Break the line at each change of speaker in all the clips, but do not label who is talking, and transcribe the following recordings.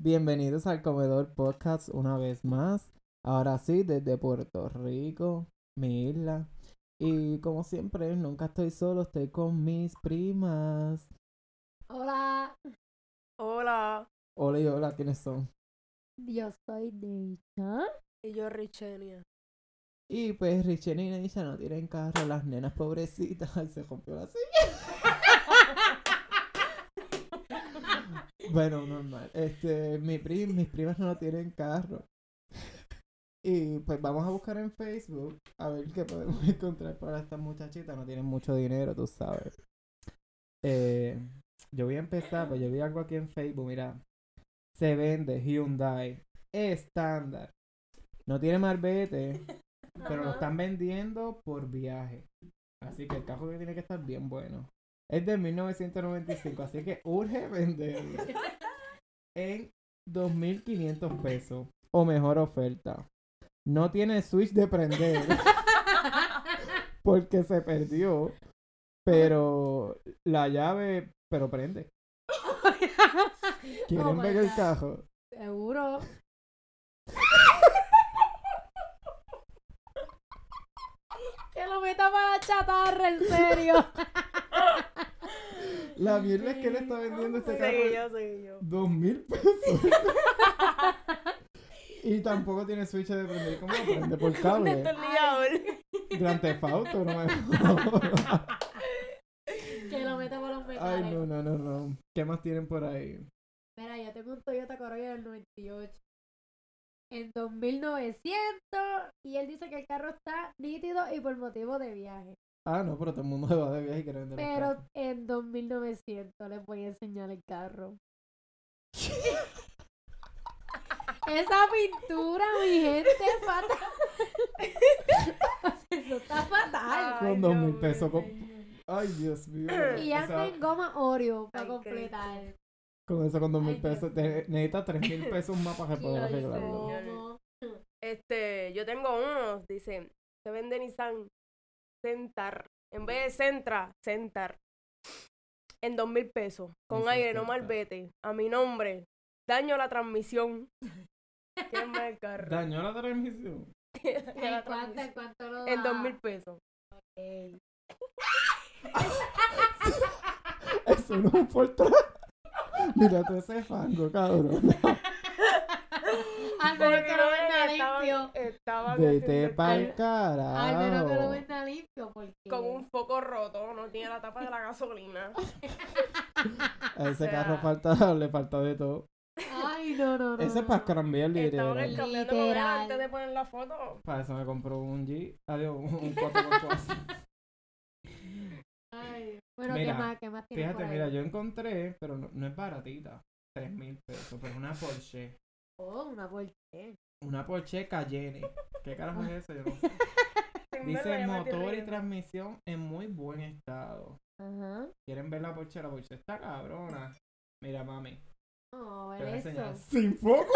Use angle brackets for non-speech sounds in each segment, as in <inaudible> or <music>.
Bienvenidos al Comedor Podcast una vez más. Ahora sí, desde Puerto Rico, mi isla. Y como siempre, nunca estoy solo, estoy con mis primas.
Hola,
Hola.
Hola y hola, ¿quiénes son?
yo soy Deisha.
Y yo, Richenia.
Y pues Richelle y Neisha no tienen carro, las nenas pobrecitas. <laughs> Ay, se rompió la silla. <laughs> bueno, normal. Este, mi prim, mis primas no tienen carro. Y pues vamos a buscar en Facebook a ver qué podemos <laughs> encontrar para estas muchachitas. No tienen mucho dinero, tú sabes. Eh, yo voy a empezar, pues yo vi algo aquí en Facebook, mira. Se vende Hyundai estándar. No tiene marbete. Pero lo están vendiendo por viaje. Así que el carro que tiene que estar bien bueno. Es de 1995, así que urge <laughs> venderlo.
<laughs>
En 2.500 pesos. O mejor oferta. No tiene switch de prender. <laughs> Porque se perdió. Pero la llave, pero prende.
Oh
¿Quieren
my
ver el
God.
carro?
Seguro. <laughs> que lo meta para la chatarra, en serio.
La mierda es que le está vendiendo este carro.
Seguí yo, seguí yo.
Dos mil
<laughs>
pesos. y tampoco tiene switch de prender. ¿Cómo lo prende? Por
Un
cable.
destornillador.
Gran Auto,
<laughs>
no me jodas.
<laughs> que lo meta para los
Ay,
metales.
no, no, no, no. ¿Qué más tienen por ahí?
Mira, yo tengo un Toyota Corolla del 98. En 2900. Y él dice que el carro está nítido y por motivo de viaje.
Ah, no, pero todo el mundo va de viaje y quiere vender los carros.
Pero en 2900 les voy a enseñar el
<laughs>
carro. Esa pintura, mi gente, es fatal. <laughs> Eso está fatal.
Con
Ay,
dos
Dios
mil pesos,
mío,
con-
señor.
Ay, Dios mío.
Y
O
anda
sea,
en goma Oreo para
Ay,
completar.
con eso, con dos mil
Ay, Dios
pesos. te- necesitas tres mil pesos más para poder
Ay,
arreglarlo.
señor.
¿cómo?
Este, yo tengo unos, dice, se vende Nissan Sentar. En vez de Centra, Sentar. En dos mil pesos. Con
Nissan
aire, no
Sentra.
malvete. A mi nombre. Daño a la <laughs> transmisión. ¿Qué más el carro?
Dañó la transmisión.
Daño a la
¿En cuánto, en
transmisión.
cuánto lo da?
En dos mil pesos.
Ey.
Eso no es un Fortran. Mira todo ese fango,
<laughs>
cabrón.
Al menos que lo venda
Estaban-
limpio.
estaban
Vete
haciendo
pa'l
Al-
carajo.
Al menos que lo venda limpio. Porque...
con un foco roto, no tiene la tapa de la gasolina.
A ese
Ah.
O sea-
carro falta, le falta de todo.
Ay, no, no, no.
Ese es para
no.
cambiar
Estaban
literal.
cambiando novela
Literal.
antes de poner la foto.
Para eso me compró un G. Adiós, un un 4x4.
Ay, Dios. Bueno,
Mira,
¿qué más? ¿Qué más tienes
Fíjate,
por ahí?
mira, yo encontré, pero no, no es baratita. 3 mil pesos, pero una Porsche.
Oh, una voltea.
Una Porsche Cayenne. ¿Qué carajo es eso? Yo no sé.
Sin verla,
Dice
ya me estoy
motor y
riendo.
transmisión en muy buen estado.
Ajá.
¿Quieren ver la Porsche? La Porsche está cabrona. Mira, mami.
Oh,
Te voy a
eso.
enseñar. Sin foco.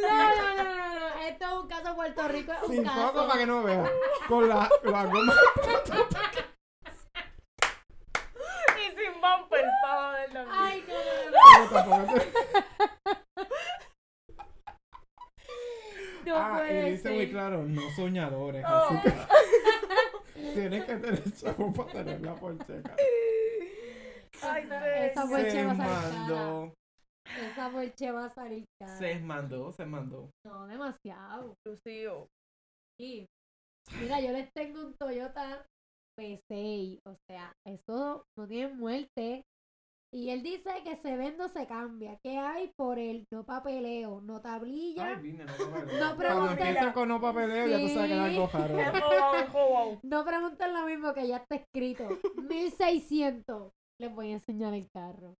No, no, no, no, no. Esto es un caso Puerto Rico, es un
Sin
caso.
foco para que no vea. Con la, la goma.
<laughs> Y sin bumper, pavo del también.
Ay, no, no,
pero tampoco se-
no, no.
ah,
puede
y dice
ser.
muy claro, no soñadores.
Oh.
Así
<laughs>
que tienes que tener chavo para tener la porcheca.
Ay,
Esa
señor.
Porsche
Se
va a salir
mandó,
Esa bolche va a salir cara.
se mandó, se mandó.
No, demasiado.
Lucio.
Sí. Mira, yo les tengo un Toyota P6. O sea, eso no tiene muerte. Y él dice que se vende o se cambia. ¿Qué hay por él? No papeleo, no tablilla.
Ay, vine, no
<laughs>
papeleo.
No
Cuando
pregunté.
empieza con no papeleo, ya tú sabes que es algo
<laughs>
Es
jaro.
robado, es robado.
No pregunten lo mismo que ya está escrito. 1600. Les voy a enseñar el
<laughs>
carro.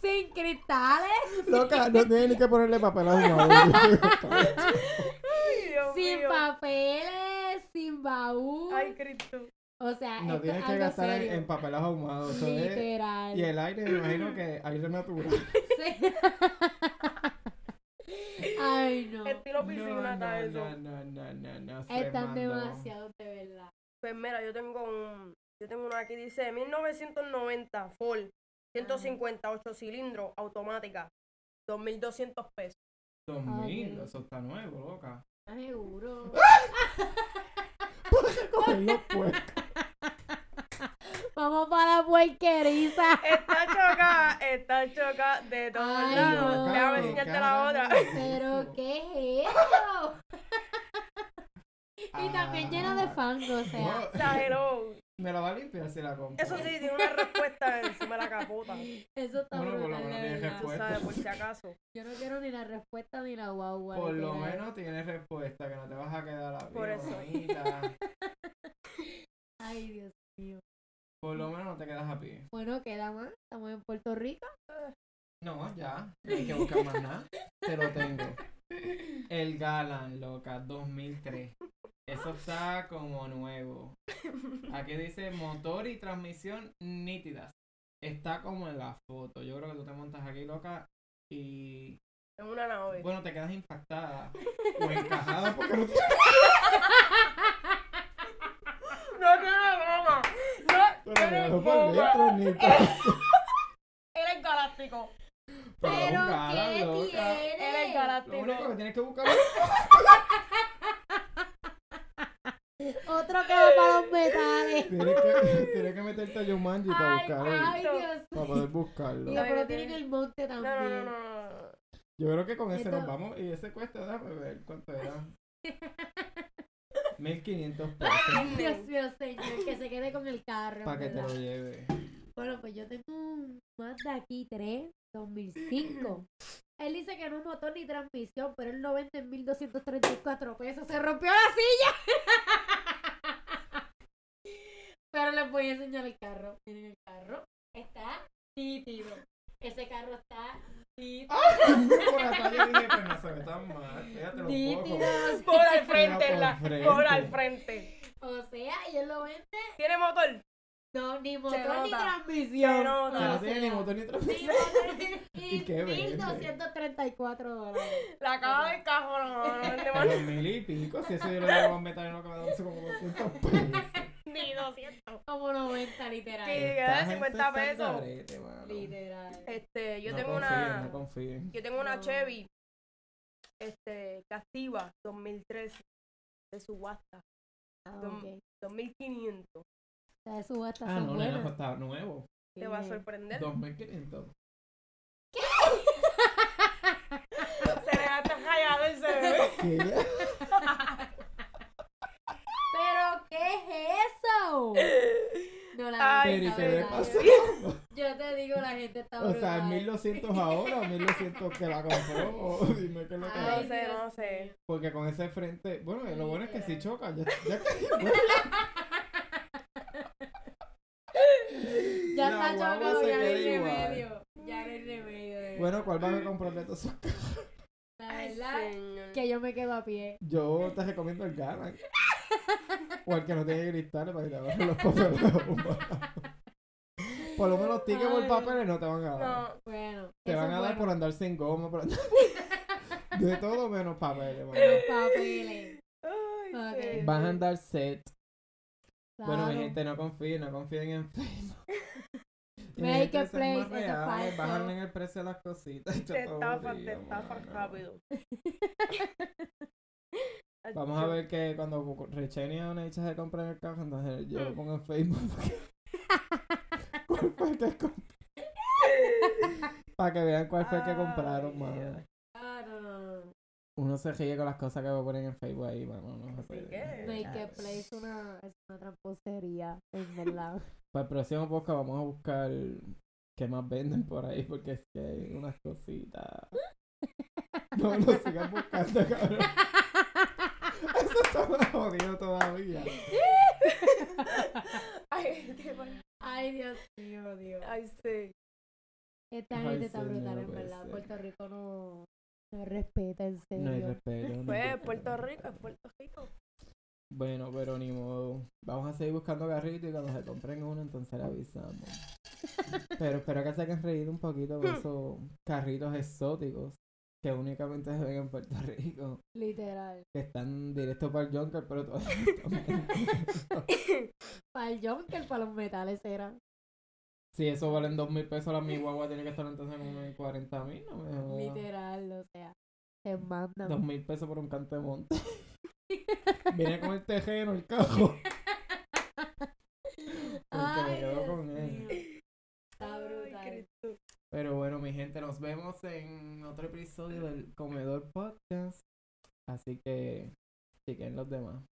Sin cristales,
Loca, no tiene ni que ponerle papel a un
<laughs>
madre.
Ay, Dios
sin
mío.
papeles, sin baúl.
Ay, Cristo.
o sea,
No
esto
tienes
es
que
algo
gastar en,
serio.
en papel ahumado. eso es.
Literal. <laughs>
Y el aire, me imagino que aire natural.
Sí. Ay, no.
Estilo piscina está eso.
no, no, no, no, no, se
Están
mandó.
demasiado de verdad.
Pues mira, yo tengo un Yo tengo uno aquí, dice 1990 Ford, 158 cilindros, automática, 2200 pesos.
2000,
eso está nuevo,
<laughs>
loca.
Ah, seguro.
<laughs>
Cogerlo, pues.
Vamos para la
<laughs>
puerqueriza.
Está choca, está choca de
Ay,
todos lados.
no.
Déjame enseñarte la otra.
Pero qué es eso.
Ah.
Y también llena de
fan.
fango, o sea.
Esa, hello.
Me la va a limpiar si la compro.
Eso sí, tiene una respuesta encima de la capota.
Eso está
Bueno, por lo
brutal,
menos
de
tiene
verdad.
Tú sabes, por si acaso.
Yo no quiero ni la respuesta ni la guagua.
Por lo
literal.
menos tienes respuesta, que no te vas a quedar a
Por eso.
Ay, Dios mío.
Por lo menos no te quedas a pie.
Bueno, queda más. Estamos en Puerto Rico.
No, ya. No hay que buscar más nada. Te lo tengo. El Galan, loca, 2003. Eso está como nuevo. Aquí dice motor y transmisión nítidas. Está como en la foto. Yo creo que tú te montas aquí, loca, y...
En una nave.
Bueno, te quedas impactada. O encajada porque
<laughs>
no te-
No tiene goma. No
Pero
tiene
no lo por dentro,
goma.
ni todo.
Eres galáctico.
Pero,
Pero,
un Galan,
¿qué
loca.
Eres
tiene?
Lo único que
galáctico.
tienes que buscar es
Otro que va para los
<laughs>
metales.
Tienes que, tienes que meterte a Jumanji para
Ay,
buscarlo.
ay,
esto.
Dios
Para poder buscarlo.
Digo, pero
Ay,
tienen
Dios.
el monte
No,
también.
no, no, no, no.
Yo creo que con ese
Esto-
nos vamos. Y ese cuesta, déjame ver cuánto era. 1500 pesos
Ay, Dios mío, señor, que se quede con el carro.
para que te
¿verdad?
lo lleve.
Bueno, pues yo tengo un Mazda aquí 3
<clears throat>
2005. Él dice que no es motor ni transmisión, pero él lo vende en 1234 pesos. ¡Se rompió la silla! <laughs> pero les voy a enseñar el carro. Miren el carro. Está nítido. Ese carro está nítido.
¡Ah!
por la calle dije,
pues,
pero no se ve tan mal. Fíjate los
nítido.
ojos.
<laughs>
Por al <laughs> frente,
por
la,
frente.
por al frente.
O sea, y él lo vende.
¿Tiene motor?
No, ni motor ni
nota.
transmisión.
Se nota.
O
Que no tiene ni
sea,
motor ni transmisión.
Sí, vale.
<laughs> ¿Y
Y
qué vende?
1234 dólares.
La caja del cajón. No, no, no,
Dos mil y pico, si eso yo lo voy a meter en lo que me da 11 como 200 pesos.
Ni 200.
Como 90, literal.
Sí. que
Esta
da
gente
50
está al
pesos.
garete, mano.
Literal.
Este, yo
No
tengo
confíen,
una.
No confíen.
Yo tengo una
No.
Chevy. Este, Castiva 2013. De subasta.
Ah,
Dom-
ok.
2500.
La de subasta
Ah,
son
no,
buenas.
nena,
pues,
está nuevo.
Te va a
Sí.
sorprender.
2500.
Se le está rayado el cerebro.
¿Qué?
¿Pero qué es eso? No, la
Ay,
Pero
gente
¿y
está
qué le
brutal.
pasó?
Yo te digo, la gente está
O sea,
brutal. <laughs>
1200 ahora, 1200 que la compró. <laughs> o dime qué es lo que
Ay,
No sé,
Dios
no sé.
mío.
Porque con ese frente. Bueno, lo bueno es que si choca, ya, ya
Ya
La
está
guagua
chocado,
se
ya no hay
queda igual.
remedio. Ya no hay remedio. de
Bueno, ¿cuál vas a comprarle a todos esos carros?
verdad. La
Ay,
verdad
señor.
que yo me quedo a pie.
Yo te recomiendo el
<laughs>
Galan. O el que no tiene cristales para que te bajen los papeles. Por lo menos los tickets por
Ay.
papeles no te van a dar.
No,
Bueno,
Te
eso
van
es
a dar por
bueno.
andar sin goma, por
<laughs>
andar... <laughs> de todo menos papeles. mano. <laughs>
los papeles.
Ay,
Ok.
sí.
Vas a andar set. Bueno, mi
Claro.
gente, no confíen, no confíen en
<laughs>
Facebook. Y mi
Make
gente,
a
sean más
place, eso es
reales,
falso.
Bájale en el precio de las cositas. <laughs> Yo
Te
todo
estafan,
digo,
te estafan
mano.
rápido.
<laughs> Vamos a ver que cuando Rechenia una hecha de comprar el carro, entonces yo
Mm.
lo pongo en Facebook.
<laughs>
¿Cuál fue el que <laughs> Para que vean cuál fue el que compraron,
Ay,
mano.
Dios.
Ah, no, no, no.
Uno se ríe con las cosas que me ponen en Facebook ahí, mano. No se
Así
puede.
que-
No, y que Play es una, es una tramposería, es verdad.
Para el próximo podcast vamos a buscar qué más venden por ahí, porque es que hay unas cositas. No lo sigas buscando,
<laughs>
cabrón. Eso está más jodido todavía.
<laughs> Ay, qué mal.
Ay, Dios mío, Dios.
Ay, sí.
Esta
Ay,
gente este está
señor,
brutal,
no
en
puede
verdad.
ser.
Puerto Rico no, no respeta, en serio.
No hay respeto. no hay
Pues
respeto.
Puerto Rico es Puerto Rico.
Bueno, pero ni modo. Vamos a seguir buscando carritos y cuando se compren uno, entonces le avisamos.
<laughs>
Pero espero que se hayan reído un poquito con esos carritos exóticos que únicamente se ven en Puerto Rico,
<laughs>
<laughs>
Literal.
que están directo para el Junker, pero todavía están
<laughs>
Para el Junker, para los metales era.
Si eso valen dos mil pesos, la mi guagua tiene que estar entonces como en 40 mil, no me jodas.
Literal, o sea. Se mandan. <laughs>
Dos mil pesos por un canto de monte. <laughs> Viene con el tejeno, el cajo. Porque me
Ay,
quedo
Dios
con él.
mío. Está brutal.
Cristo.
Pero bueno, mi gente, nos vemos en otro episodio del Comedor Podcast. Así que chequen los demás.